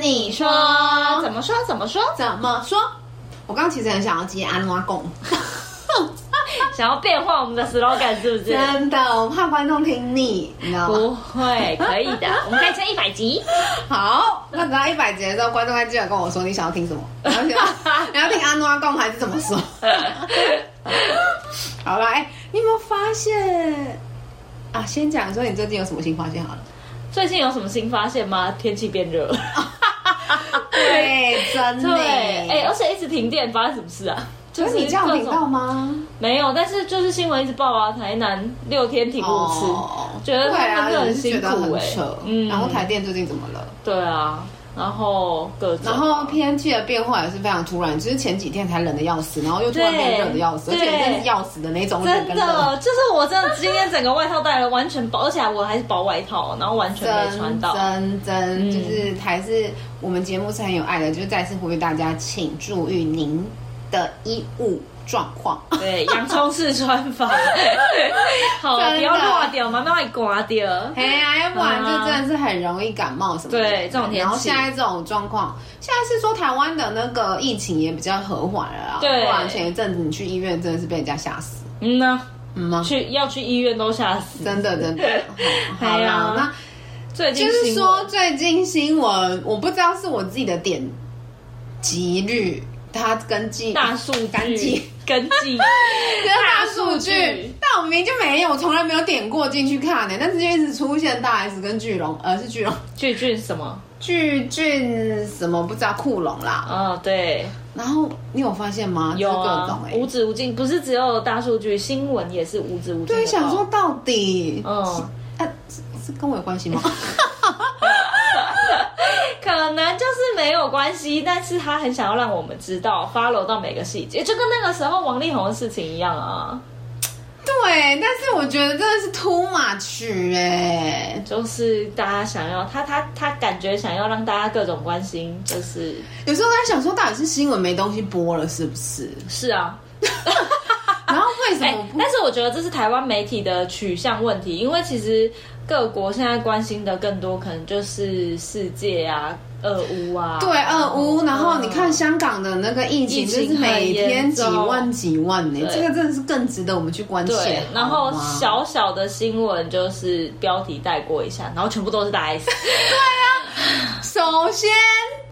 你说怎么说怎么说，怎么说？我刚刚其实很想要接安拉贡，想要变换我们的 slogan 是不是？真的，我怕观众听腻，你知道吗？ 不会，可以 的，我们可以撑一百集。好，那等到一百集的时候，观众会记得跟我说你想要听什么，然后 想你要听安拉贡还是怎么 说？好了，哎、你有没有发现啊？先讲说你最近有什么新发现好了。最近有什么新发现吗？天气变热 了。对，真对，的。哎、而且一直停电，发生什么事啊？就可是你这样各领种到吗？没有，但是就是新闻一直报啊，台南六天停五次，哦觉得对啊，他们真的也很是辛觉得苦很哎、扯。嗯，然后台电最近怎么了？对啊，然后各种，然后天气的变化也是非常突然，就是前几天才冷的要死，然后又突然变热的要死，而对且真是要死的那种冷真跟热。的就是我真的今天整个外套带了，完全薄，而且我还是薄外套，然后完全没穿真嗯到。真真，就是还是我们节目是很有爱的，就是再次呼吁大家，请注意您的衣物状况。对，洋葱式穿 法，好了，真的不要落掉，慢慢刮掉。哎呀，要不然就真的是很容易感冒什么的。嗯对这种天气然后现在这种状况，现在是说台湾的那个疫情也比较和缓了啦。对不然前一阵子你去医院真的是被人家吓死。嗯呐、嗯吗？去要去医院都吓死。真的 真的。好好哎啦呀，那最近就是新闻说最近新闻，我不知道是我自己的点击率，它跟进大数据干净跟进，跟大数大数据据，但我明明就没有，我从来没有点过进去看呢、但是就一直出现大 S 跟巨龙，呃，是巨龙。巨俊什么？巨俊什么不知道库龙啦，哦，对，然后你有发现吗？有就是各种啊，哎、无止无尽，不是只有大数据，新闻也是无止无尽。对，想说，到底，嗯，啊，是是跟我有关系 吗？可能就是没有关系，但是他很想要让我们知道，follow 到每个细节，就跟那个时候王力宏的事情一样啊，对，但是我觉得真的是 too much 哎、就是大家想要他他他感觉想要让大家各种关心，就是有时候在想说，到底是新闻没东西播了是不 是？嗯是啊，然后为什哎、么不？但是我觉得这是台湾媒体的取向问题，因为其实各国现在关心的更多，可能就是世界啊、俄乌啊，对，俄乌，然后嗯你看香港的那个疫情，疫就情是每天几很万严重几万呢、对这个真的是更值得我们去关切对，。然后好吗小小的新闻就是标题带过一下，然后全部都是 大 S，首先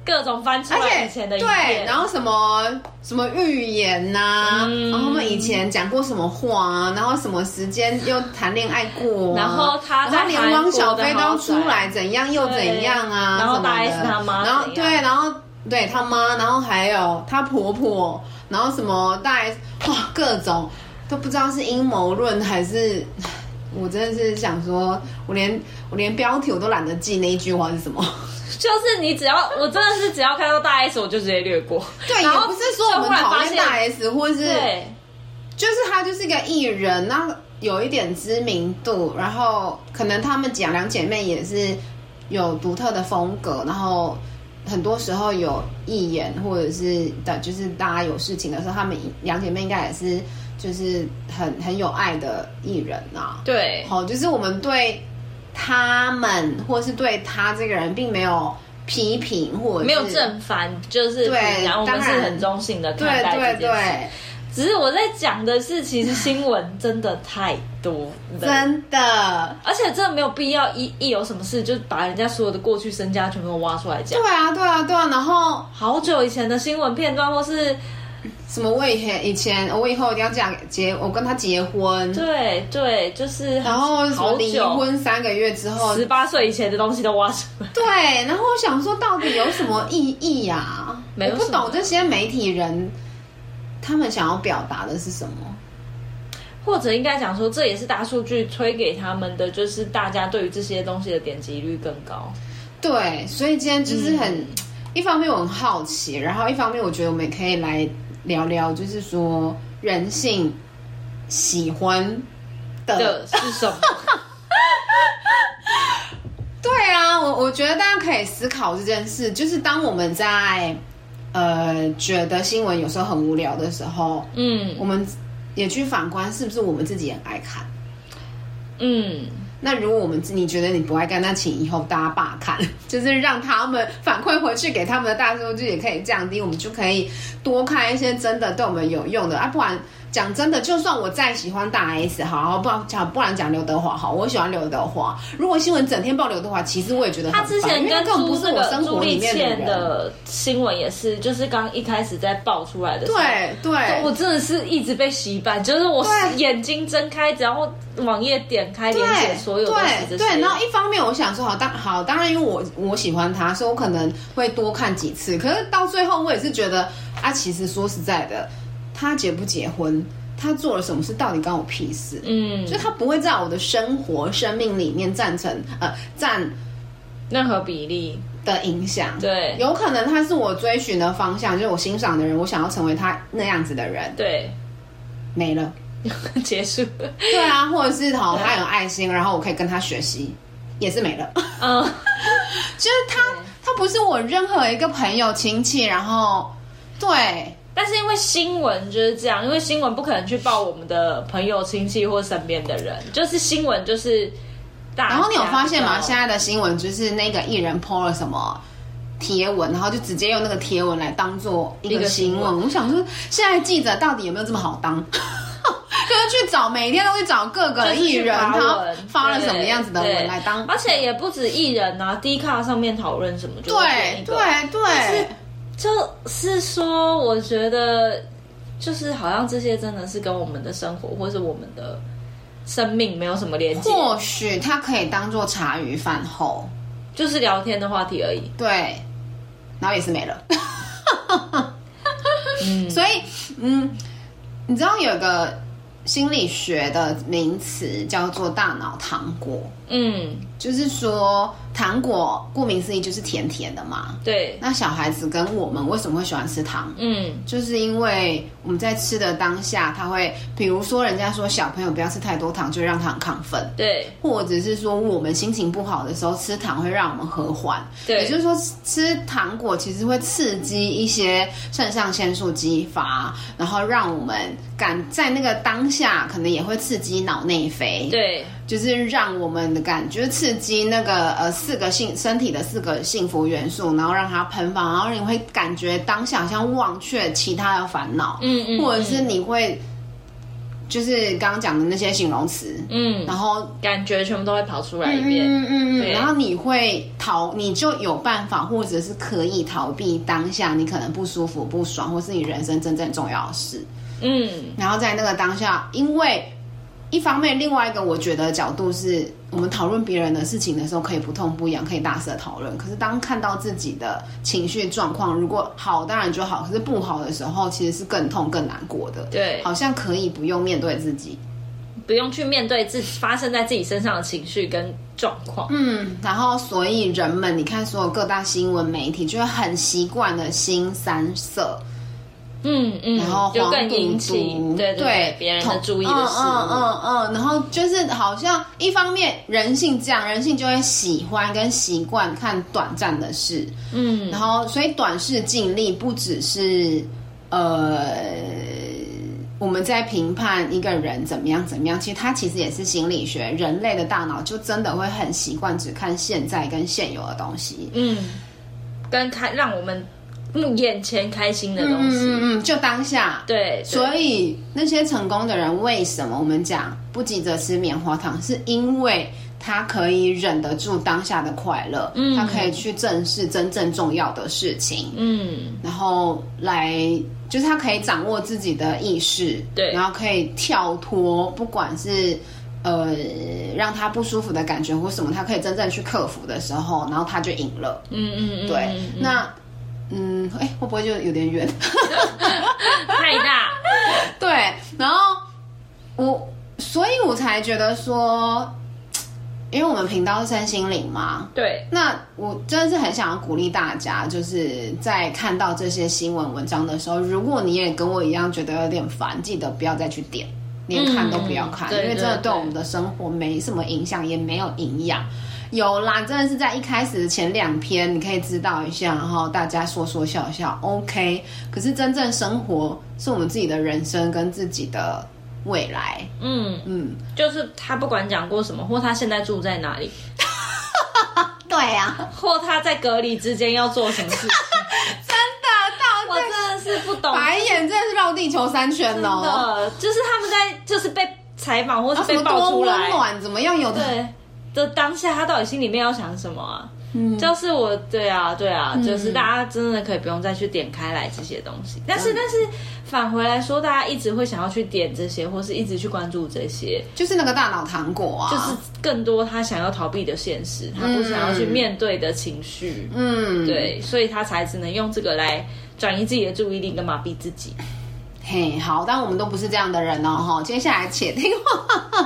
各种翻出而且来以前的影对，片，然后什么什么预言呐、嗯然后他们以前讲过什么话啊，然后什么时间又谈恋爱过啊、然后他在然后连汪小菲韩都国的豪宅出来怎样又怎样啊，对然后什么大的 S 他妈然后怎样对，然后对他妈，然后还有她婆婆，然后什么大 S，哇，各种都不知道是阴谋论还是。 我真的是想说，我连我连标题我都懒得记那一句话是什么。就是你只要我真的是只要看到大 S，我就直接略过，对，也然后不是说我就们忽然讨发厌现大 S，或是对，就是他就是一个艺人，那有一点知名度，然后可能他们讲两姐妹也是有独特的风格，然后很多时候有义演或者是的，就是大家有事情的时候，他们两姐妹应该也是就是很很有爱的艺人啊。对，好，就是我们对他们或是对他这个人并没有批评或者是没有正反，就是嗯对然后我们当是然很中性的对看待对这件事。对，只是我在讲的是，其实新闻真的太多 了，真的。而且真的没有必要一一有什么事就把人家所有的过去身家全部都挖出来讲。对啊，对啊，对啊。然后好久以前的新闻片段，或是什么，我以前以前我以后一定要这样结，我跟他结婚，对对，就是然后什么好离久，婚三个月之后，十八岁以前的东西都挖出来。对。然后我想说，到底有什么意义啊？没有我不什么懂这些媒体人他们想要表达的是什么。或者应该讲说，这也是大数据推给他们的，就是大家对于这些东西的点击率更高。对，所以今天就是很，嗯一方面我很好奇，然后一方面我觉得我们也可以来聊聊，就是说人性喜欢的的是什么？对啊，我我觉得大家可以思考这件事，就是当我们在呃觉得新闻有时候很无聊的时候， 嗯我们也去反观是不是我们自己很爱看。嗯，那如果我们你觉得你不爱看，那请以后大家罢看， 就是让他们反馈回去给他们的大数据也可以降低，我们就可以多看一些真的对我们有用的啊，不然。讲真的，就算我再喜欢大 S 好，然后不然讲不然讲刘德华好，我喜欢刘德华。如果新闻整天报刘德华，其实我也觉得很他烦之前因为跟更朱不是那我个生朱活丽里面倩人。的新闻也是，就是刚一开始在爆出来的时候，对我对真的是一直被洗版，就是我对眼睛睁开，只要网页点开，连接对所有东西这对些对，然后一方面我想说好当好，当然因为我我喜欢他，所以我可能会多看几次。可是到最后，我也是觉得啊，其实说实在的，他结不结婚，他做了什么事，到底关我屁事？嗯，就他不会在我的生活、生命里面占成呃占任何比例，的影响。对有可能他是我追寻的方向，就是我欣赏的人，我想要成为他那样子的人，对， 没了。结 束，对啊，或者是好，他有爱心，然后我可以跟他学习，也是没了。嗯，就是他，他不是我任何一个朋友亲戚，然后对但是因为新闻就是这样，因为新闻不可能去报我们的朋友、亲戚或身边的人，就是新闻就是大家知道。然后你有发现吗？现在的新闻就是那个艺人 PO 了什么贴文，然后就直接用那个贴文来当做一一个个新新闻闻。我想说，现在记者到底有没有这么好当？ 就是去找每天都去找各个艺人，就是去发他文发了什么样子的对对文来当。而且也不止艺人啊，D 卡上面讨论什么就会变对一个对对，就是说，我觉得就是好像这些真的是跟我们的生活或是我们的生命没有什么连接，或许他可以当做茶余饭后，就是聊天的话题而已。对，然后也是没了。嗯， 所以，嗯，你知道有个心理学的名词叫做大脑糖果，嗯，就是说糖果顾名思义就是甜甜的嘛。对，那小孩子跟我们为什么会喜欢吃糖？嗯，就是因为我们在吃的当下，他会，比如说人家说小朋友不要吃太多糖，就会让他很亢奋。对，或者是说我们心情不好的时候吃糖会让我们和缓，对也就是说吃糖果其实会刺激一些肾上腺素激发，然后让我们感在那个当下可能也会刺激脑内啡，，对，就是让我们的感觉刺激那个呃四个幸身体的四个幸福元素，然后让它喷发，然后你会感觉当下好像忘却其他的烦恼，嗯嗯，或者是你会就是刚刚讲的那些形容词，嗯，然后感觉全部都会跑出来一遍。嗯嗯嗯，对然后你会逃，你就有办法，或者是可以逃避当下你可能不舒服、不爽，或是你人生真正重要的事。嗯，然后在那个当下，因为一方面，另外一个我觉得角度是我们讨论别人的事情的时候，可以不痛不痒，可以大声讨论。可是当看到自己的情绪状况，如果好当然就好，可是不好的时候，其实是更痛、更难过的。对，好像可以不用面对自己，不用去面对自己发生在自己身上的情绪跟状况。嗯，然后所以人们，你看所有各大新闻媒体就会很习惯的新三色，嗯嗯，然后就黄更赌引起毒，对对别人的同注意的事物。嗯嗯嗯嗯，然后就是好像一方面人性这样，人性就会喜欢跟习惯看短暂的事，嗯然后所以短视尽力不只是呃我们在评判一个人怎么样怎么样，其实它其实也是心理学，人类的大脑就真的会很习惯只看现在跟现有的东西。嗯，跟开让我们嗯眼前开心的东西。嗯嗯，就当下。对，所以那些成功的人，为什么我们讲不急着吃棉花糖，是因为他可以忍得住当下的快乐，嗯他可以去正视真正重要的事情，嗯然后来就是他可以掌握自己的意识，对然后可以跳脱，不管是呃让他不舒服的感觉或什么，他可以真正去克服的时候，然后他就赢了。嗯嗯嗯，对，嗯嗯那嗯，哎、会不会就有点远？太大，对，然后我，所以我才觉得说，因为我们频道是身心灵嘛，对，那我真的是很想要鼓励大家，就是在看到这些新闻文章的时候，如果你也跟我一样觉得有点烦，记得不要再去点，连看都不要看，嗯对因为真的对对对我们的生活没什么影响，也没有营养。有啦，真的是在一开始的前两篇，你可以知道一下，然后大家说说笑笑，OK。可是真正生活是我们自己的人生跟自己的未来。嗯，嗯，就是他不管讲过什么，或他现在住在哪里，对啊，或他在隔离之间要做什么事情， 真的到我真的是不懂。白眼真的是绕地球三圈真哦，的，就是他们在就是被采访或是啊什被么爆多出温来，暖，怎么样有的？对的当下，他到底心里面要想什么啊？嗯，就是我，对啊，对啊，就是大家真的可以不用再去点开来这些东西。但嗯是，但是返回来说，大家一直会想要去点这些，或是一直去关注这些，就是那个大脑糖果啊，就是更多他想要逃避的现实，他不想要去面对的情绪。嗯，，对，所以他才只能用这个来转移自己的注意力跟麻痹自己。嘿，好，但我们都不是这样的人哦，哈。接下来且听我，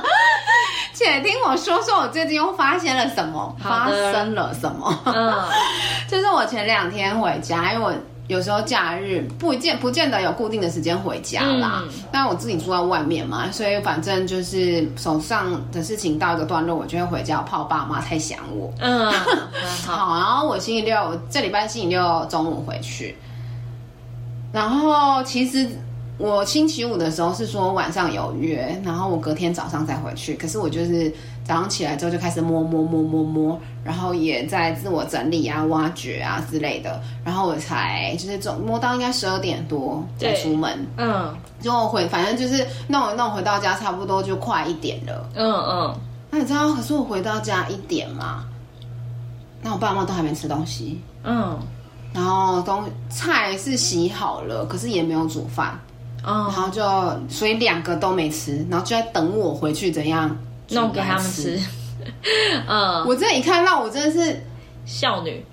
且听我说说我最近又发现了什么，好发的生了什么。嗯， 就是我前两天回家，因为我有时候假日不见不见得有固定的时间回家啦嗯。那、我自己住在外面嘛，所以反正就是手上的事情到一个段落，我就会回家，我怕我爸妈太想我。嗯， 好，好，然后我星期六，我这礼拜星期六中午回去，然后其实我星期五的时候是说晚上有约，然后我隔天早上再回去，可是我就是早上起来之后就开始摸摸摸摸摸，然后也在自我整理啊、挖掘啊之类的，然后我才就是总摸到应该十二点多才对出门，嗯就回反正就是弄一弄回到家差不多就快一点了。嗯嗯，那你知道，可是我回到家一点嘛，那我爸妈都还没吃东西。嗯，然后东菜是洗好了，可是也没有煮饭，然哦，后就所以两个都没吃，然后就在等我回去怎样弄给他们煮来吃。 嗯，我这一看到，我真的是孝女，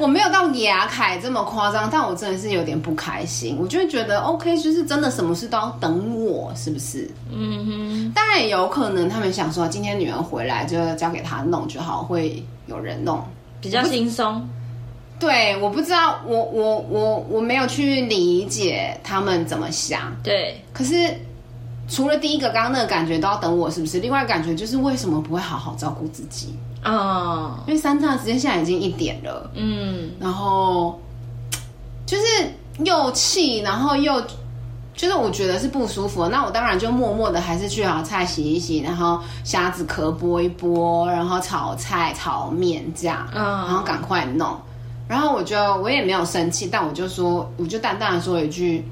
我没有到牙凯这么夸张，但我真的是有点不开心。我就会觉得 OK，就是真的什么事都要等我，是不是？嗯哼，当然也有可能他们想说，今天女儿回来就交给她弄就好，会有人弄。比较轻松。对，我不知道，我我我我没有去理解他们怎么想。对，可是除了第一个刚刚那个感觉都要等我，是不是？另外一个感觉就是为什么不会好好照顾自己？哦，因为三站时间现在已经一点了，嗯，然后就是又气，然后又就是我觉得是不舒服。那我当然就默默的还是去好菜洗一洗，然后虾子壳剥一剥，然后炒菜炒面这样，嗯然后赶快弄。然后我就我也没有生气，但我就说，我就淡淡的说一句，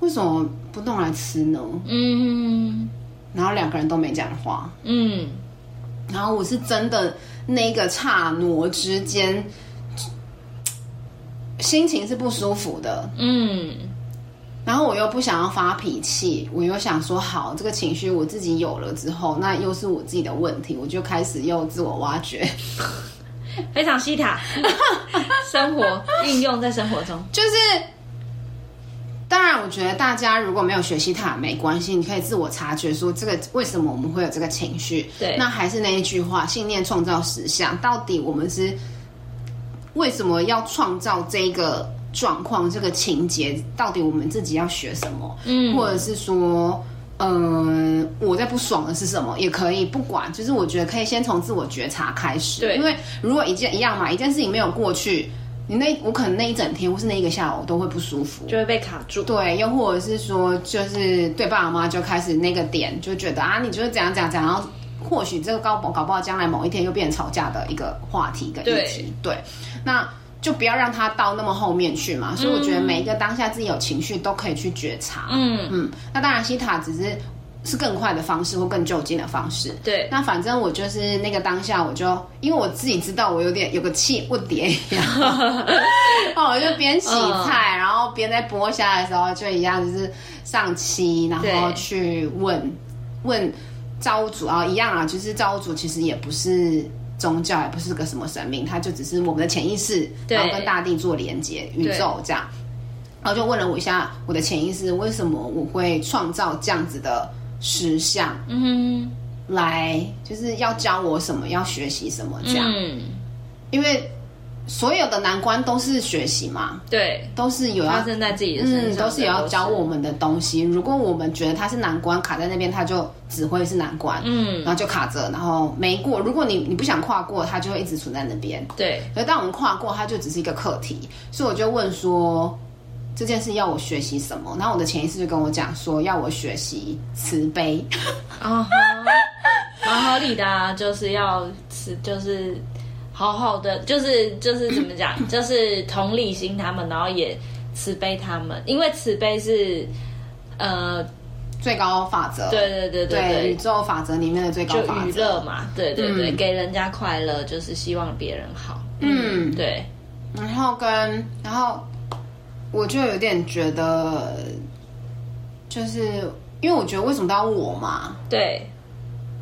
为什么不弄来吃呢？嗯然后两个人都没讲话。嗯，然后我是真的那个刹那之间，心情是不舒服的。嗯，然后我又不想要发脾气，我又想说好，这个情绪我自己有了之后，那又是我自己的问题，我就开始又自我挖掘，非常西塔， 生活运用在生活中。就是。当然，我觉得大家如果没有学习它没关系，你可以自我察觉说这个为什么我们会有这个情绪。对那还是那一句话，信念创造实相。到底我们是为什么要创造这个状况、这个情节？到底我们自己要学什么？嗯或者是说，嗯、我在不爽的是什么也可以，不管，就是我觉得可以先从自我觉察开始。对因为如果一件一样嘛，一件事情没有过去，你那我可能那一整天或是那一个下午我都会不舒服。就会被卡住。对，又或者是说，就是对爸爸妈妈就开始那个点，就觉得啊，你就是怎样怎样怎样，然后或许这个高搞不好将来某一天又变成吵架的一个话题跟议题。对，那就不要让它到那么后面去嘛。所以我觉得每一个当下自己有情绪都可以去觉察。嗯，嗯，那当然西塔只是是更快的方式或更就近的方式。对，那反正我就是那个当下，我就因为我自己知道我有点有个气不叠一样，哦，我就边洗菜，然后边在剥虾的时候就一样，就是上漆，然后对去问问造物主啊，一样啊，就是造物主其实也不是。宗教也不是个什么神明，它就只是我们的潜意识，对然后跟大地做连接，宇宙这样。然后就问了我一下我的潜意识，为什么我会创造这样子的实像？嗯来，就是要教我什么，要学习什么这样。嗯，因为所有的难关都是学习嘛，对，都是有发要生在自己的身嗯，上的，都是有要教我们的东西。如果我们觉得它是难关卡在那边，它就只会是难关，嗯然后就卡着，然后没过。如果你你不想跨过，它就会一直存在那边。对，可是当我们跨过，它就只是一个课题。所以我就问说，这件事要我学习什么，然后我的潜意识就跟我讲说要我学习慈悲，啊哈，蛮合理的、啊，就是要是就是好好的，就是就是怎么讲，就是同理心他们，然后也慈悲他们，因为慈悲是呃，最高法则，对对对对宇对宙法则里面的最高对，就法娱则乐。嘛，对对对，嗯给人家快乐就是希望别人好，嗯对，然后跟然后我就有点觉得，就是因为我觉得为什么都要我嘛，对，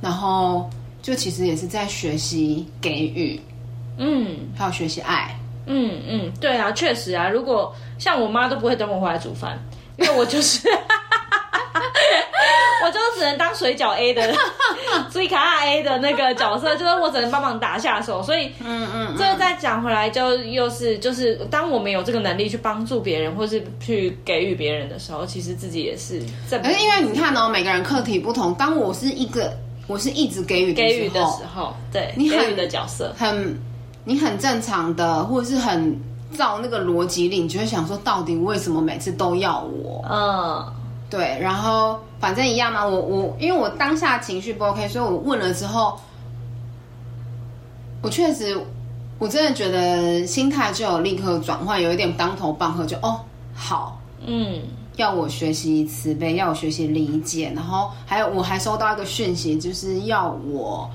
然后就其实也是在学习给予，嗯还有学习爱。嗯嗯，对啊，确实啊，如果像我妈都不会等我回来煮饭，因为我就是。 我就只能当水饺 A 的追卡拉 A 的那个角色，就是我只能帮忙打下手，所以嗯嗯，这再讲回来，就又是就是，当我们有这个能力去帮助别人，或是去给予别人的时候，其实自己也是在可是因为你看哦，每个人课题不同，当我是一个我是一直给予给予的时候时候，对你很给予的角色，很你很正常的，或者是很照那个逻辑里，你就会想说，到底为什么每次都要我？嗯对，然后反正一样嘛，我我因为我当下情绪不 OK，所以我问了之后，我确实我真的觉得心态就有立刻转换，有一点当头棒喝，就哦好。嗯，要我学习慈悲，要我学习理解，然后还有我还收到一个讯息，就是要我，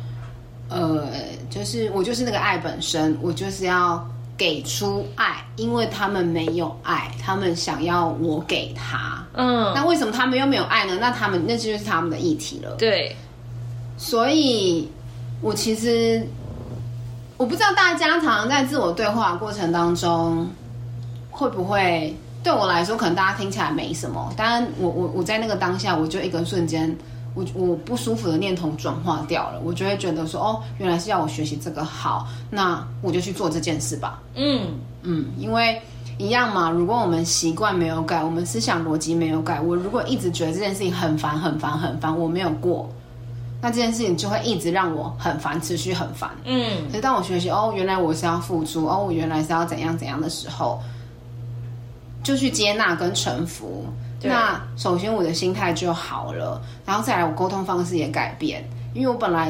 呃，就是我就是那个爱本身，我就是要给出爱，因为他们没有爱，他们想要我给他，嗯，那为什么他们又没有爱呢？那他们那就是他们的议题了。对，所以，我其实我不知道大家常常在自我对话的过程当中，会不会对我来说，可能大家听起来没什么，但我我我在那个当下，我就一个瞬间，我我不舒服的念头转化掉了，我就会觉得说，哦，原来是要我学习这个好，那我就去做这件事吧。嗯嗯，因为一样嘛，如果我们习惯没有改，我们思想逻辑没有改，我如果一直觉得这件事情很烦、很烦、很烦，我没有过，那这件事情就会一直让我很烦，持续很烦。嗯可是当我学习哦，原来我是要付出，哦，我原来是要怎样怎样的时候，就去接纳跟臣服。对那首先我的心态就好了，然后再来我沟通方式也改变，因为我本来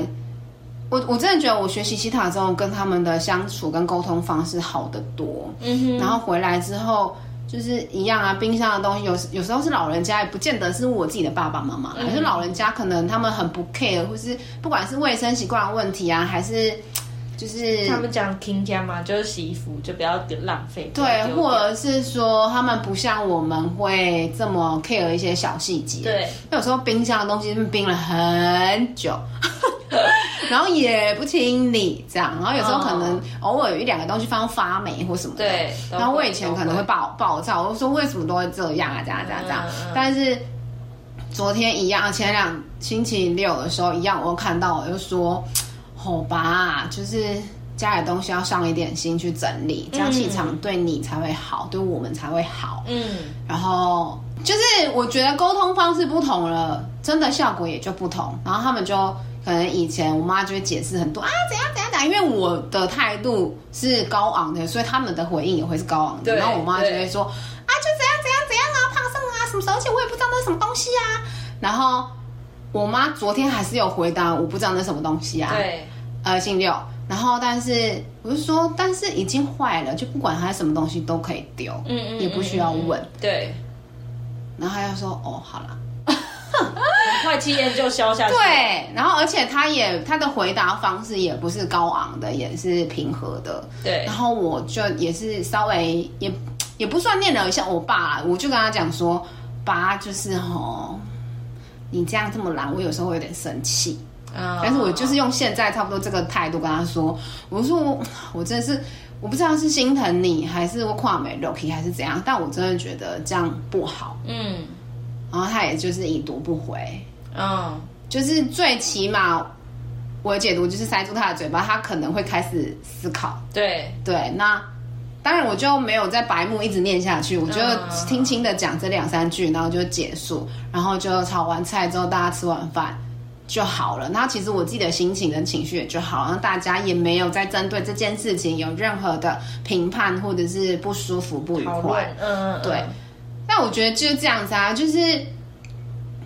我我真的觉得我学习西塔之后跟他们的相处跟沟通方式好得多，嗯哼，然后回来之后。就是一样啊，冰箱的东西有时有时候是老人家，也不见得是我自己的爸爸妈妈，嗯可是老人家可能他们很不 care，或是不管是卫生习惯的问题啊，还是就是他们讲 king 家嘛，就是洗衣服就不要丢浪费，不要对，丢或掉者是说他们不像我们会这么 care 一些小细节。，对，有时候冰箱的东西冰了很久， 然后也不清理这样，然后有时候可能哦偶尔有一两个东西放发霉或什么的。对都会然后我以前可能会都会爆爆炸，我就说为什么都会这样啊，这样啊这样啊这样嗯嗯。但是昨天一样，前两星期六的时候一样，我又看到我就说，好吧，就是家里东西要上一点心去整理，这样嗯气场对你才会好，对我们才会好。嗯，然后就是我觉得沟通方式不同了，真的效果也就不同。然后他们就可能以前我妈就会解释很多啊，怎样怎样怎样，因为我的态度是高昂的，所以他们的回应也会是高昂的。对然后我妈就会对说啊，就怎样怎样怎样啊，胖上啊什么时候，而且我也不知道那是什么东西啊。然后我妈昨天还是有回答，我不知道那是什么东西啊。对，呃，姓六。然后，但是我就说，但是已经坏了，就不管它是什么东西都可以丢，嗯嗯，嗯也不需要问。，嗯对，然后他就说：“哦，好啦。很快气焰就消”下去，，对，然后而且他也他的回答方式也不是高昂的，也是平和的。对然后我就也是稍微也也不算念了一下我爸啦，我就跟他讲说：“爸，就是吼，你这样这么懒，我有时候会有点生气。”啊但是我就是用现在差不多这个态度跟他说，我说我我真的是我不知道是心疼你，还是我跨美 Loki 还是怎样，但我真的觉得这样不好。嗯然后他也就是已读不回，嗯，就是最起码我的解读就是塞住他的嘴巴，他可能会开始思考。对，对，那当然我就没有在白目一直念下去，我就嗯轻轻的讲这两三句，然后就结束，然后就炒完菜之后大家吃完饭就好了。那其实我自己的心情跟情绪也就好，然后大家也没有在针对这件事情有任何的评判或者是不舒服、不愉讨快论，。嗯，嗯对，那我觉得就是这样子啊，就是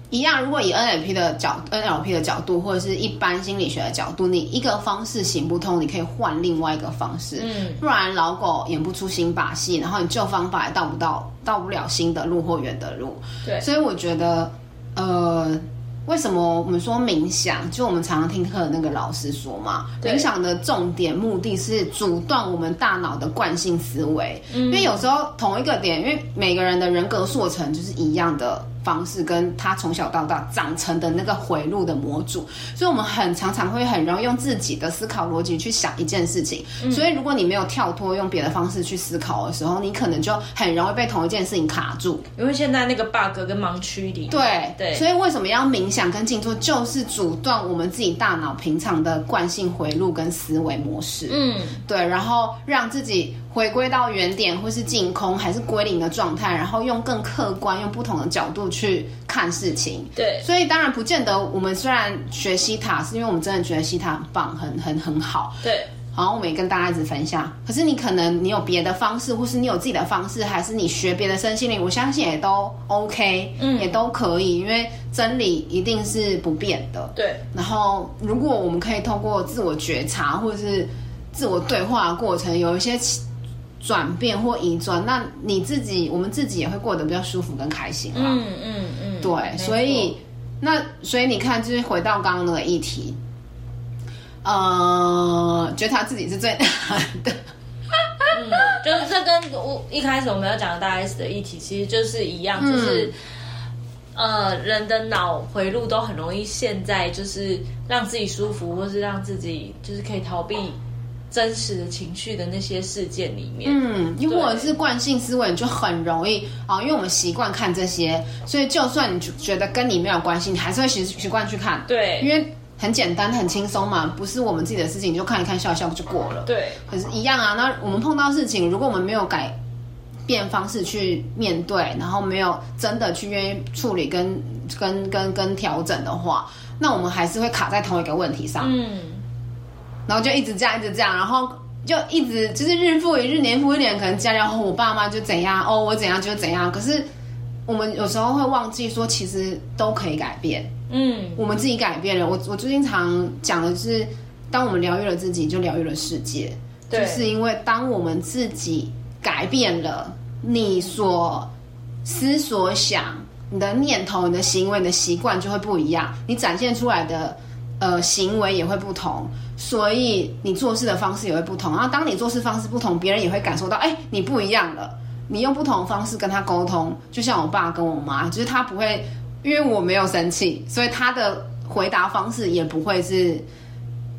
一样。如果以 NLP 的角 NLP 的角度，或者是一般心理学的角度，你一个方式行不通，你可以换另外一个方式。嗯，不然老狗演不出新把戏，然后你旧方法也到不到到不了新的路或远的路。对所以我觉得，呃，为什么我们说冥想？就我们常常听课的那个老师说嘛，对冥想的重点目的是阻断我们大脑的惯性思维，嗯因为有时候同一个点，因为每个人的人格塑成就是一样的。方式跟他从小到大长成的那个回路的模组，所以我们很常常会很容易用自己的思考逻辑去想一件事情。嗯所以如果你没有跳脱用别的方式去思考的时候，你可能就很容易被同一件事情卡住。因为现在那个 bug 跟盲区里，对对所以为什么要冥想跟静坐，就是阻断我们自己大脑平常的惯性回路跟思维模式。嗯，对，然后让自己回归到原点，或是净空，还是归零的状态，然后用更客观、用不同的角度去看事情。对，所以当然不见得，我们虽然学西塔，是因为我们真的觉得西塔很棒，很很很好，对，好像我们也跟大家一直分享，可是你可能你有别的方式，或是你有自己的方式，还是你学别的身心灵，我相信也都 OK，嗯也都可以，因为真理一定是不变的。对，然后，如果我们可以透过自我觉察或者是自我对话的过程，有一些起转变或移转，那你自己我们自己也会过得比较舒服跟开心啦。嗯嗯嗯，对，没错所以那所以你看，就是回到刚刚那个议题，呃，觉察自己是最难的。嗯，就是这跟我一开始我们要讲的大 S 的议题其实就是一样，就是、呃，人的脑回路都很容易陷在就是让自己舒服，或是让自己就是可以逃避真实的情绪的那些事件里面。嗯，如果是惯性思维，你就很容易啊、因为我们习惯看这些，所以就算你觉得跟你没有关系，你还是会习习惯去看。因对为很简单、很轻松嘛，不是我们自己的事情，你就看一看、笑一笑就过了。对可是，一样啊。那我们碰到事情，如果我们没有改变方式去面对，然后没有真的去愿意处理跟跟跟跟调整的话，那我们还是会卡在同一个问题上，嗯，然后就一直这样，一直这样，然后。就一直就是日复一日，年复一年，可能家里哦，我爸妈就怎样哦，我怎样就怎样。可是我们有时候会忘记说，其实都可以改变。嗯，我们自己改变了。我我最近常讲的是，当我们疗愈了自己，就疗愈了世界。对就是因为当我们自己改变了你所思所想、你的念头、你的行为、你的习惯就会不一样，你展现出来的呃行为也会不同，所以你做事的方式也会不同。然后当你做事方式不同，别人也会感受到，哎、你不一样了。你用不同的方式跟他沟通，就像我爸跟我妈，就是他不会，因为我没有生气，所以他的回答方式也不会是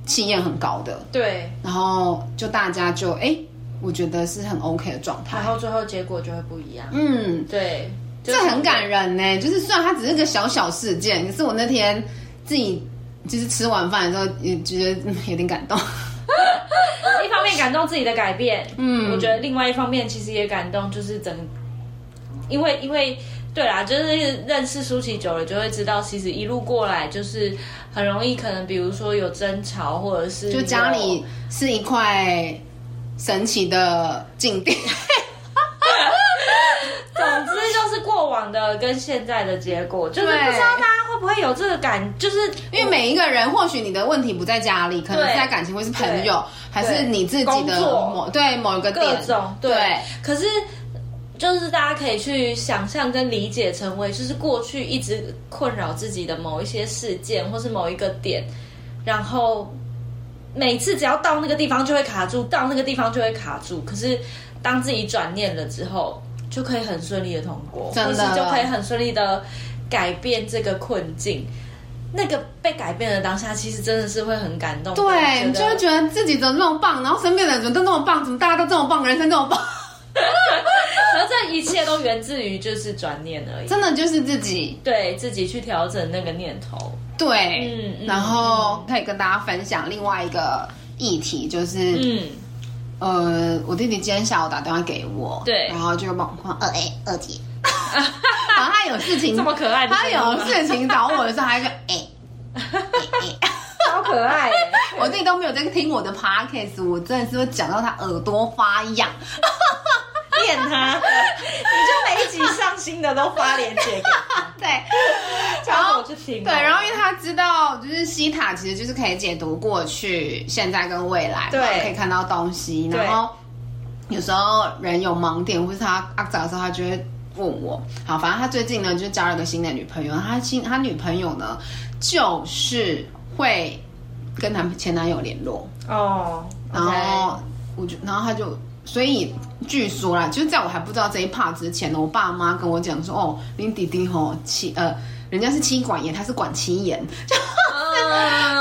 气焰很高的。对，然后就大家就哎、诶我觉得是很 OK 的状态然。后最后结果就会不一样。嗯，对，就这很感人呢、就是虽然它只是个小小事件，可是我那天自己就是吃晚饭的时候也觉得、嗯、有点感 动。一方面感动自己的改变，嗯嗯，我觉得另外一方面其实也感动，就是整，因为因为对啦，就是认识舒淇久了，就会知道，其实一路过来就是很容易，可能比如说有争吵，或者是就家里是一块神奇的静 电。有，总之就是过往的跟现在的结果，就是对不知道大家会不会有这个感，就是因为每一个人，或许你的问题不在家里，可能是在感情，或是朋友，还是你自己的工作某对某一个各点，种对，对可是。就是大家可以去想象跟理解，成为就是过去一直困扰自己的某一些事件，或是某一个点，然后每次只要到那个地方就会卡住，到那个地方就会卡住。可是当自己转念了之后，就可以很顺利的通过，真或的是就可以很顺利的改变这个困境。那个被改变的当下，其实真的是会很感动的。对，你觉就会得觉得自己怎么那么棒，然后身边的人怎么都那么棒，怎么大家都这么棒，人生这么棒，而这一切都源自于就是转念而已，真的就是自己对自己去调整那个念头。对。嗯，嗯然后可以跟大家分享另外一个议题，就是、嗯，呃，我弟弟今天下午打电话给我，对然后就帮我换二 A 二 姐，然后他有事情这，么可爱的他声音吗，有事情找我的时候， 他就哎。哎哎超可爱 耶，我自己都没有在听我的 podcast，我真的是会讲到他耳朵发痒。变他，你就每一集上新的都发链接给他，对，然后我去听哦。对，然后因为他知道，就是西塔其实就是可以解读过去、现在跟未来嘛，对可以看到东西。对然后有时候人有盲点，或是他阿杂的时候，他就会问我。好，反正他最近呢就交了个新的女朋友，他新他女朋友呢就是会跟男前男友联络，哦然后，OK，我就然后他就所以。据说啦，就是在我还不知道这一 part 之前呢，我爸妈跟我讲说，哦，你弟弟吼妻呃，人家是妻管严，他是管妻严，嗯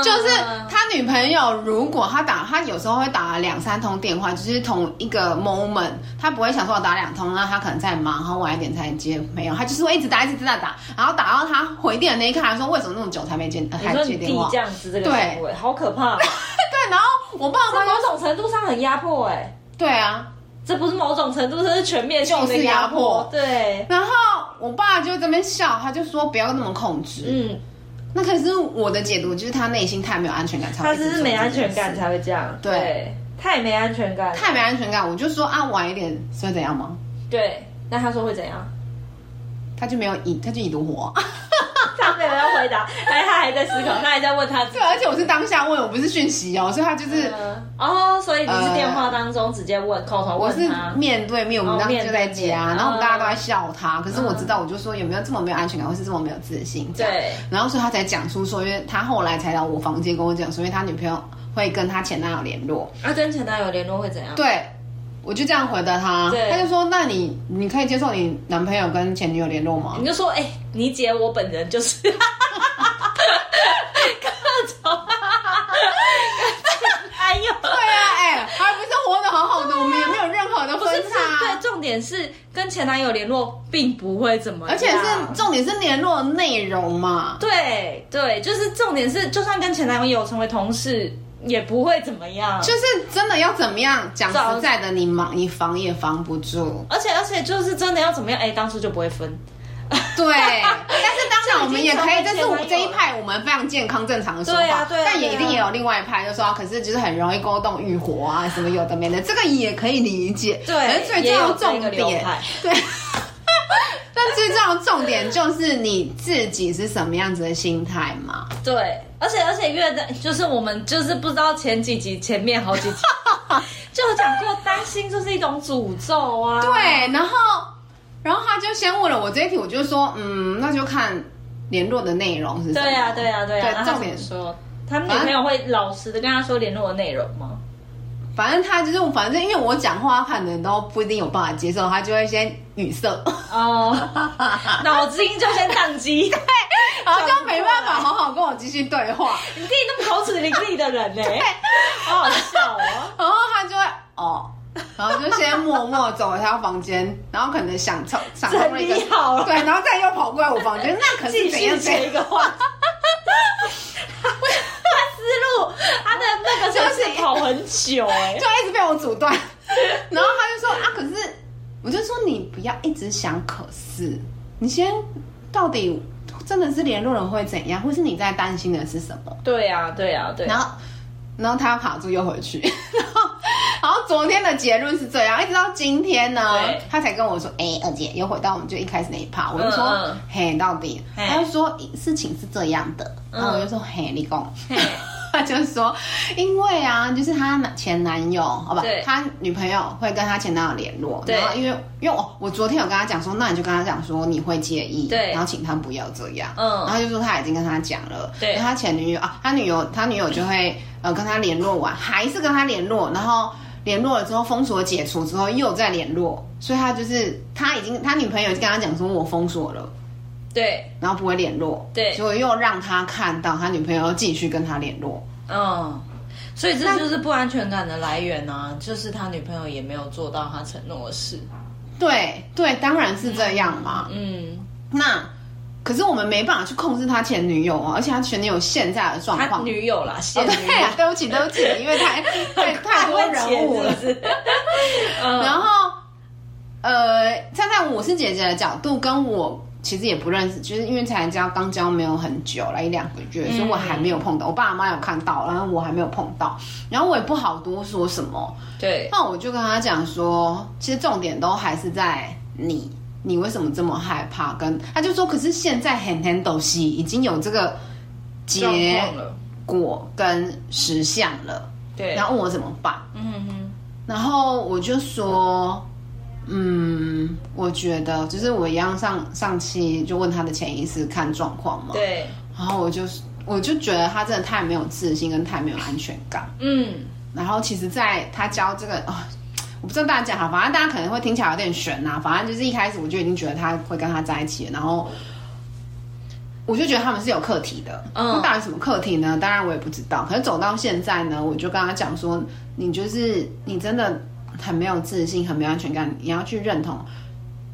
就是他女朋友，如果他打，他有时候会打两三通电话，就是同一个 moment，他不会想说我打两通，那他可能在忙，然后晚一点才接，没有，他就是会一直打，一直打打，然后打到他回电的那一刻，他说为什么那么久才没接，呃你还说接你电弟话？这样子这个行为好可 怕哦，对，然后我爸这妈某种程度上很压迫哎、对啊，这不是某种程度，这是全面性就的是压迫。迫对，然后我爸就这边笑，他就说不要那么控制。嗯，那可是我的解读就是他内心太没有安全感，才会他一直只是做没这安件全感事才会这样。对太没安全感了。太没安全感，我就说啊晚一点是会怎样吗？对，那他说会怎样？他就没有已他就已读我。他没有要回答，哎，他还在思考，他还在问他自己对，。 而且我是当下问，我不是讯息哦，所以他就是、嗯哦，所以你是电话当中直接问，口头呃我问是他。面对面，我们哦当时就在面对家，面然后我们嗯大家都在笑他，可是我知道，我就说有没有这么没有安全感，或是这么没有自信？这样，对，然后所以他才讲出说，因为他后来才到我房间跟我讲说，因为他女朋友会跟他前男友联络，那跟前男友联络会怎样？对。我就这样回答他，对他就说：“那你你可以接受你男朋友跟前女友联络吗你就说，哎，你姐我本人就是。 各种跟前男友？”对啊，哎、还不是活得好好的，我们也没有任何的啊不是分不是，叉啊、对，重点是跟前男友联络并不会怎么样，而且啊是重点是联络的内容嘛。对对，就是重点是，就算跟前男友成为同事，也不会怎么样。就是真的要怎么样讲找。实在的，你忙你防也防不住而且而且就是真的要怎么样？哎，当初就不会分， 对，但是当然我们也可以，这这已经是成我为前男友了这一派我们非常健康正常的说法。对啊对啊但对也啊一定也有另外一派就说，啊可是就是很容易勾动欲火啊，什么有的没的，这个也可以理解。对可是最重要的重也有这个流点派，对。但最重要的重点就是你自己是什么样子的心态嘛？对。而且而且越的，就是我们就是不知道前几集前面好 几集就有讲过，担心就是一种诅咒啊。对，然后然后他就先问了我这一题，我就说，嗯，那就看联络的内容是什么。对啊呀、对呀、对呀、对然后他重怎么点说，他们女朋友会老实的跟他说联络的内容吗？反正他就是，反正因为我讲话，他可能都不一定有办法接受，他就会先语 塞，哦，脑筋就先宕机。然后就没办法好好跟我继续对话，你弟那么口齿伶俐的人呢、好好笑哦。然后他就会哦。然后就先默默走回他房间，然后可能想 抽想通了一个整理好了对，然后再又跑过来我房间，那可继是怎样续怎样接一个话题，他思路，他的那个真的是跑很久哎、就一直被我阻断。然后他就说啊，可是我就说你不要一直想可是，你先到底真的是联络人会怎样，或是你在担心的是什么？对呀、啊，对呀、啊，对然后，然后他卡住又回去， 然后，然后昨天的结论是这样，一直到今天呢对，他才跟我说，哎、二姐又回到我们就一开始那一趴，我就说，嗯嗯嘿，到底，嘿嗯他就说事情是这样的，然后我就说，嘿，你讲。嘿 他就说，因为啊，就是她前男友，好吧对，她女朋友会跟她前男友联络，对然后因为因为我我昨天有跟他讲说，那你就跟他讲说你会介意，对然后请他不要这样，嗯然后他就说他已经跟他讲了，对然后他前女友啊，他女友他女友就会呃跟他联络完，还是跟他联络，然后。联络了之后，封锁解除之后又再联络，所以他就是他已经他女朋友就跟他讲说，我封锁了，对，然后不会联络，对结果又让他看到他女朋友继续跟他联络，嗯，所以这就是不安全感的来源啊，就是他女朋友也没有做到他承诺的事，对对，当然是这样嘛。嗯，那可是我们没办法去控制他前女友啊，而且他前女友现在的状他况。女友啦，现哦，女对友啊，对不起，对不起，因为 太太太多人物了是。不是？嗯然后，呃，站在我是姐姐的角度，跟我其实也不认识，就是因为才交刚交没有很久啦，一两个月，嗯所以我还没有碰到。我爸妈有看到，然后我还没有碰到，然后我也不好多说什么。对，那我就跟他讲说，其实重点都还是在你，你为什么这么害怕？跟他就说，可是现在很很斗西已经有这个状结况了，果跟实相了，对，然后问我怎么办，嗯哼哼，然后我就说，嗯，我觉得就是我一样上上期就问他的潜意识看状况嘛，对，然后我就我就觉得他真的太没有自信跟太没有安全感。嗯，然后其实，在他教这个啊、我不知道大家好，反正大家可能会听起来有点悬呐、反正就是一开始我就已经觉得他会跟他在一起了，然后我就觉得他们是有课题的。嗯那到底什么课题呢？当然我也不知道。可是走到现在呢，我就跟他讲说，你就是你真的很没有自信，很没有安全感，你要去认同。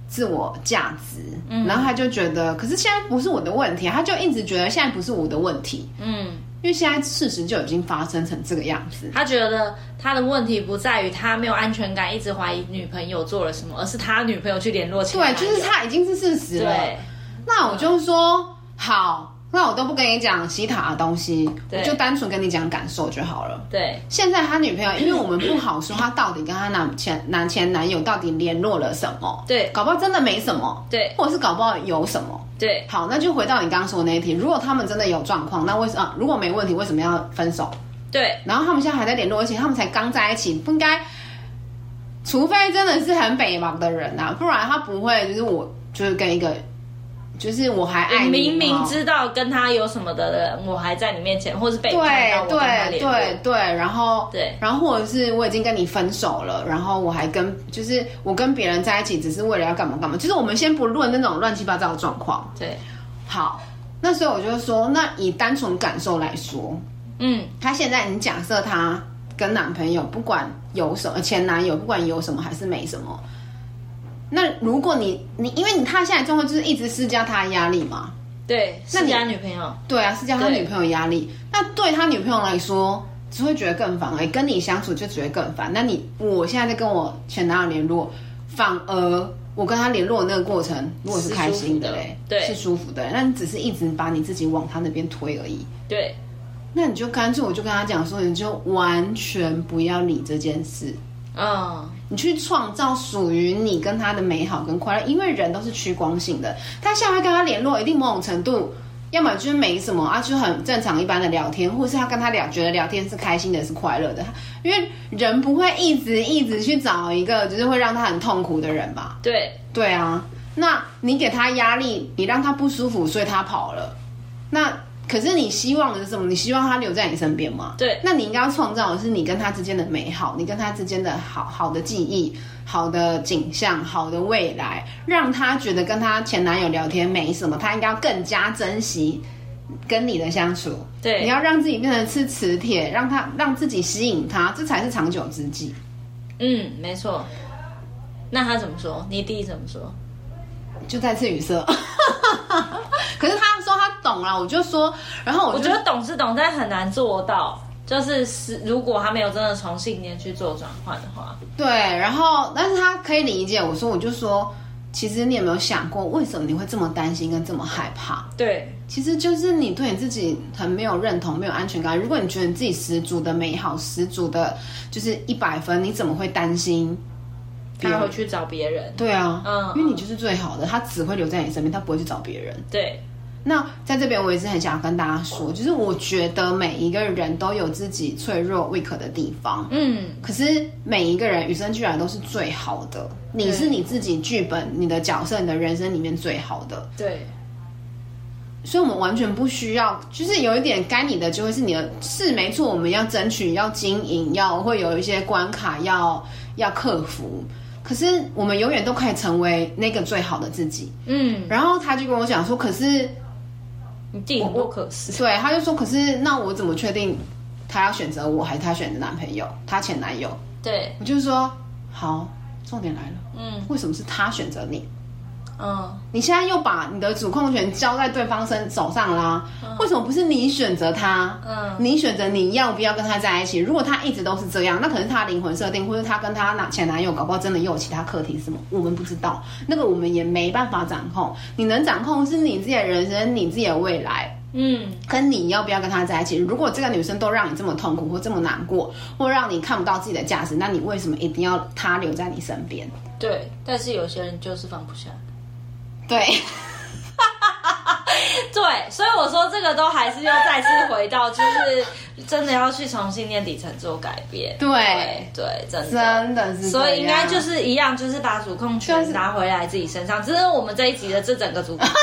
自我价值，嗯然后他就觉得，可是现在不是我的问题啊，他就一直觉得现在不是我的问题，嗯，因为现在事实就已经发生成这个样子。他觉得他的问题不在于他没有安全感，一直怀疑女朋友做了什么，而是他女朋友去联络前对，男友就是他已经是事实了对。，那我就说好，那我都不跟你讲西塔的东西，我对就单纯跟你讲感受就好了。对，现在他女朋友，因为我们不好说他到底跟他男前男前男友到底联络了什么，对，搞不好真的没什么，对，或者是搞不好有什么。对，好，那就回到你刚刚说的那一题，如果他们真的有状况，那为什么、啊如果没问题，为什么要分手？对，然后他们现在还在联络，而且他们才刚在一起，不应该，除非真的是很北茫的人呐、啊，不然他不会就是我就是跟一个，就是我还爱你哦明明吗知道跟他有什么的人，我还在你面前，或是被你看到对我跟对他联络，对对，然后对然后或者是我已经跟你分手了，然后我还跟就是我跟别人在一起，只是为了要干嘛干嘛，就是我们先不论那种乱七八糟的状况。对，好，那所以我就说，那以单纯感受来说，嗯，她现在，你假设她跟男朋友不管有什么前男友，不管有什么还是没什么，那如果你你因为你她现在状况就是一直施加她的压力嘛，对，那是你家女朋友，对啊，施加她对女朋友的压力，那对她女朋友来说。只会觉得更烦而已，跟你相处就只会更烦。那你我现在在跟我前男友联络，反而我跟他联络的那个过程，如果是是开心舒服的嘞，对是舒服的。那你只是一直把你自己往他那边推而已。对，那你就干脆我就跟他讲说，你就完全不要理这件事，嗯，你去创造属于你跟他的美好跟快乐，因为人都是趋光性的。他下回跟他联络，一定某种程度，要么就是没什么啊，就很正常一般的聊天，或是他跟他聊觉得聊天是开心的，是快乐的。因为人不会一直一直去找一个就是会让他很痛苦的人吧？对，对啊，那你给他压力，你让他不舒服，所以他跑了。那可是你希望的是什么？你希望他留在你身边吗？对那你应该要创造的是你跟他之间的美好，你跟他之间的好好的记忆、好的景象、好的未来，让他觉得跟他前男友聊天没什么，他应该要更加珍惜跟你的相处。对你要让自己变成是磁铁，让他让自己吸引他，这才是长久之计。嗯，没错。那他怎么说？你弟怎么说？就再次语塞。 可是他说他懂啊了，我就说，然后我我就觉得懂是懂，但很难做到。就是是，如果他没有真的从信念去做转换的话，对，然后但是他可以理解我说，我就说，其实你有没有想过，为什么你会这么担心跟这么害怕？对其实就是你对你自己很没有认同，没有安全感。如果你觉得你自己十足的美好，十足的就是一百分，你怎么会担心别他人会？去找别人，对啊，嗯因为你就是最好的，他只会留在你身边，他不会去找别人。对那在这边，我也是很想跟大家说，就是我觉得每一个人都有自己脆弱、weak 的地方，嗯，可是每一个人与生俱来都是最好的。你是你自己剧本、你的角色、你的人生里面最好的，对所以我们完全不需要，就是有一点该你的就会是你的，是没错，我们要争取、要经营、要会有一些关卡要要克服。可是我们永远都可以成为那个最好的自己。嗯，然后他就跟我讲说，可是你弟很不可思，对，他就说，可是那我怎么确定他要选择我，还是他选择男朋友，他前男友？对，我就说，好，重点来了，嗯为什么是他选择你？嗯，你现在又把你的主控权交在对方身手上啦，为什么不是你选择他？嗯你选择你要不要跟他在一起？如果他一直都是这样，那可能他灵魂设定，或者他跟他男前男友搞不好真的又有其他课题什么，我们不知道，那个我们也没办法掌控。你能掌控是你自己的人生，你自己的未来。嗯，跟你要不要跟他在一起？如果这个女生都让你这么痛苦或这么难过，或让你看不到自己的价值，那你为什么一定要他留在你身边？对。但是有些人就是放不下。对，对，所以我说这个都还是要再次回到，就是真的要去重新念底层做改变。 对对，真的。真的是这样，所以应该就是一样，就是把主控权拿回来自己身上。只是我们这一集的这整个主 控权，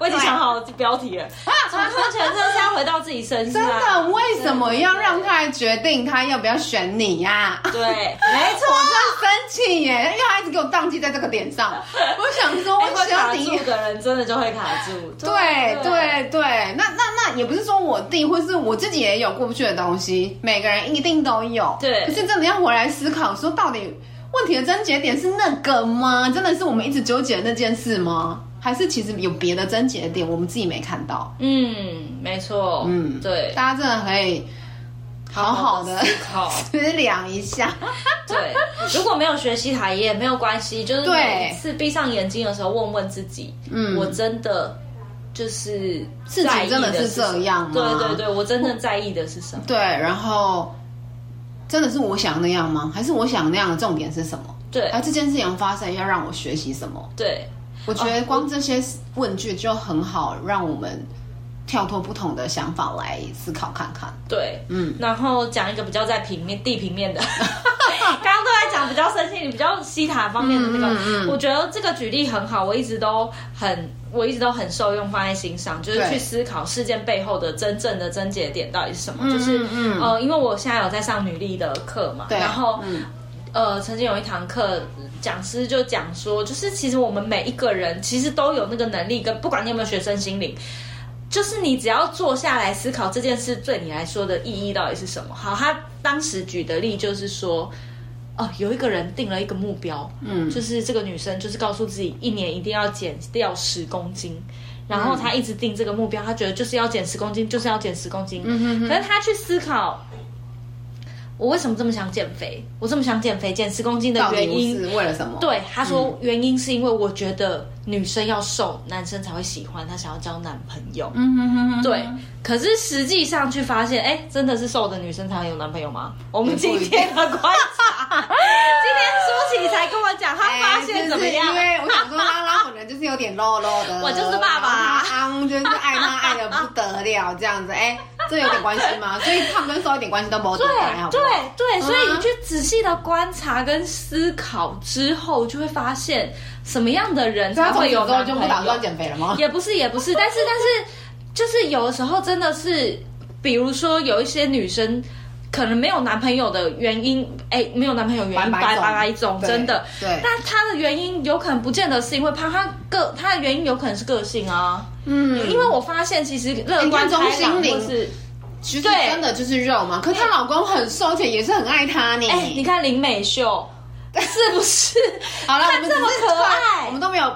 我已经想好标题了，主控权真的是要回到自己身上。啊真的，为什么要让他来决定他要不要选你 呀、对，哎没错。我真生气耶，因为他一直给我宕记在这个点上。我想说，哎会我想卡你住。的人真的就会卡住。对对对，那那那也不是说我弟或是我自己也有过不去的东西，每个人一定都有。对可是真的要回来思考，说到底问题的症结点是那个吗？真的是我们一直纠结的那件事吗？还是其实有别的症结点，我们自己没看到？嗯，没错，嗯嗯，对，大家真的可以好好的思考。思量一下。 对，如果没有学习塔也没有关系，就是对每一次闭上眼睛的时候，问问自己，嗯我真的就是事在情意真的的是什么这样吗对对对，我真正在意的是什么？对，然后真的是我想那样吗？还是我想那样的重点是什么？对而这件事情发生要让我学习什么？对，我觉得光这些问句就很好，让我们跳脱不同的想法来思考看看。对，嗯嗯，然后讲一个比较在平面地平 面的，刚刚都在讲比较身心灵、比较西塔方面的那个，嗯嗯嗯我觉得这个举例很好，我一直都很。我一直都很受用，放在心上，就是对去思考事件背后的真正的症结点到底是什么。嗯就是嗯嗯呃，因为我现在有在上女力的课嘛，对，然后、嗯呃，曾经有一堂课，讲师就讲说，就是其实我们每一个人其实都有那个能力，跟不管你有没有学生心灵，就是你只要坐下来思考这件事对你来说的意义到底是什么。好，他当时举的例就是说，哦、有一个人定了一个目标，嗯就是这个女生就是告诉自己一年一定要减掉十公斤。然后她一直定这个目标，她觉得就是要减十公斤，就是要减十公斤。嗯哼哼可是她去思考，我为什么这么想减肥？我这么想减肥，减十公斤的到底原我因是为了什么？对，他嗯说原因是因为我觉得女生要瘦，男生才会喜欢，他想要交男朋友。嗯哼哼哼，对，可是实际上去发现，哎，真的是瘦的女生才会有男朋友吗？我们今天的观察，今天舒淇才跟我讲，她哎。发现怎么样？就是因为我想说，拉拉本人就是有点 low low 的， 我就是爸爸然后他就是爱他爱的不得了，这样子，哎、这有点关系 吗？所以胖跟瘦一点关系都没有，对还好不对好对，所以嗯你去仔细的观察跟思考之后，就会发现什么样的人所以才他从会此之有后男就朋不打友算。减肥了吗？也不是也不是，但是但是就是有的时候真的是，比如说有一些女生。可能没有男朋友的原因，哎、没有男朋友原因，白白白种白白种，对真的。对那她的原因有可能不见得是因为胖，她个她的原因有可能是个性啊。嗯因为我发现其实乐观你看钟开欣朗凌或是，其实对真的就是肉嘛，可是她老公很瘦，而且也是很爱她呢。哎、你看林 美秀，是不是？好了，我看们只这么是可爱我们都没有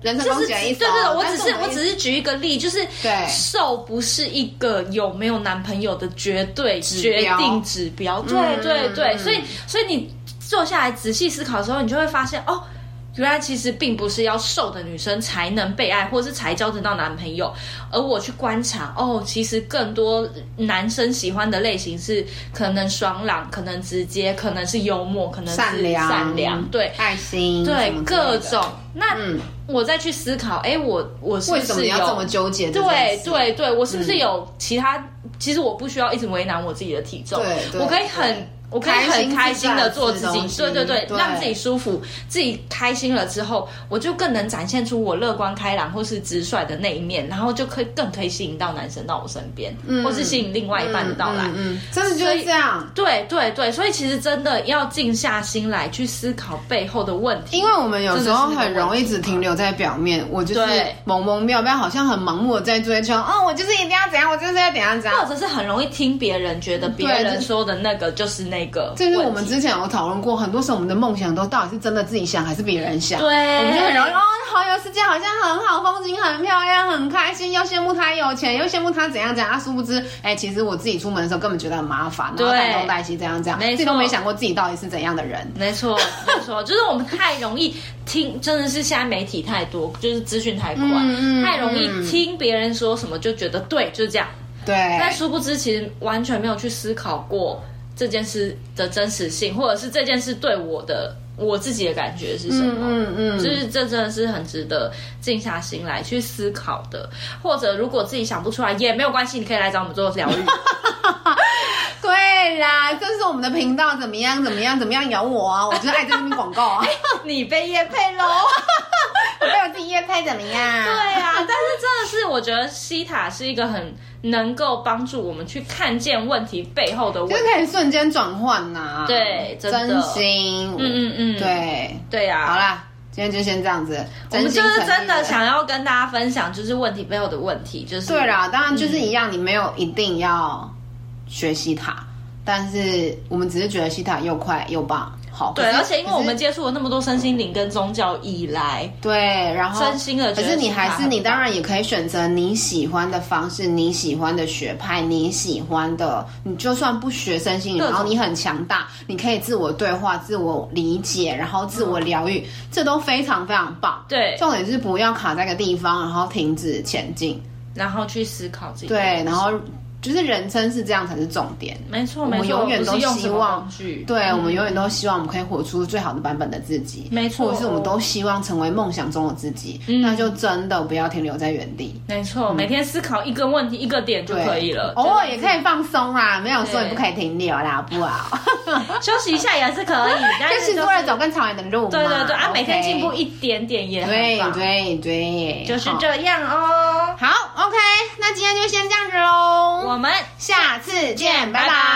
人身就攻是击的意对思对哦、对，我但只是们我只是举一个例，就是对瘦不是一个有没有男朋友的绝对决标定指标，嗯对对对，嗯所以所以你坐下来仔细思考的时候，你就会发现哦。原来其实并不是要瘦的女生才能被爱，或是才交得到男朋友。而我去观察，哦，其实更多男生喜欢的类型是可能爽朗，可能直接，可能是幽默，可能是善良善良，对爱心什对么，之类的各种。那嗯，我我再去思考，哎、我我是不为什么是你有要这么纠结这件对事？对对，我是不是有嗯其他？其实我不需要一直为难我自己的体重，对对我可以对很。我可以开很心开自心在的吃做自己东，西对对对，对让自己舒服，自己开心了之后，我就更能展现出我乐观开朗或是直率的那一面，然后就可以更可以吸引到男生到我身边，或是吸引另外一半的到来。嗯嗯嗯真的就是这样。对对对，所以其实真的要静下心来去思考背后的问题，因为我们有时候很容易真的是那个问题只停留在表面，我就是对懵懵妙妙，好像很盲目的在追求，哦，我就是一定要怎样，我就是要怎样怎样嗯或，者是很容易听别人觉得别人说的那个就是那那个问题，这是我们之前有讨论过，很多时候我们的梦想都到底是真的自己想还是别人想？对我们就很容易哦，好有世界好像很好，风景很漂亮，很开心，又羡慕他有钱，又羡慕他怎样怎样。啊，殊不知，哎、其实我自己出门的时候根本觉得很麻烦，然后对带东带西这样这样，没错自己都没想过自己到底是怎样的人。没错，没错，就是我们太容易听，真的是现在媒体太多，就是资讯太快，嗯嗯太容易听别人说什么就觉得对，就是这样。对，但殊不知，其实完全没有去思考过这件事的真实性，或者是这件事对我的我自己的感觉是什么。嗯嗯，就是这真的是很值得静下心来去思考的，或者如果自己想不出来也没有关系，你可以来找我们做疗 愈。对啦，这是我们的频道，怎么样怎么样怎么样咬我 啊！我就是爱在那边广告哎啊，你被叶配喽？我被我自己夜拍怎么样？对啊，但是真的是，我觉得西塔是一个很能够帮助我们去看见问题背后的问就是题。可以瞬间转换呐。对真的真心，嗯嗯嗯，对，对呀、好啊。啦，今天就先这样子。我们就心诚是意真的。想要跟大家分享，就是问题背后的问题，就是对啦，当然就是一样，你没有一定要学习它，但是我们只是觉得西塔又快又棒，好。对，可是而且因为我们可是接触了那么多身心灵跟宗教以来，对，然后真心的觉可得是你还西塔是你，很棒当然也可以选择你喜欢的方式，你喜欢的学派，你喜欢的，你就算不学身心灵，各然种后你很强大，你可以自我对话、自我理解，然后自我疗愈，这都非常非常棒。对，重点是不要卡在一个地方，然后停止前进。然后去思考自己，对，然后就是人生是这样才是重点。没错，我们没错，永远都不是用什希么望工具，对，我们永远都希望我们可以活出最好的版本的自己，没错或者是我们都希望成为梦想中的自己，嗯那就真的不要停留在原地，没错，每天思考一个问题一个点就嗯对可以了，偶尔真也的可以放松啦，没有说对你不可以停留啦，好不好？休息一下也是可 以，但就是是就多了走更长远的路嘛。对对对啊，每天 OK 进步。一点点也很对棒，对对，就是好这样哦。好，OK，那今天就先这样子喽，我们下次见，拜拜拜拜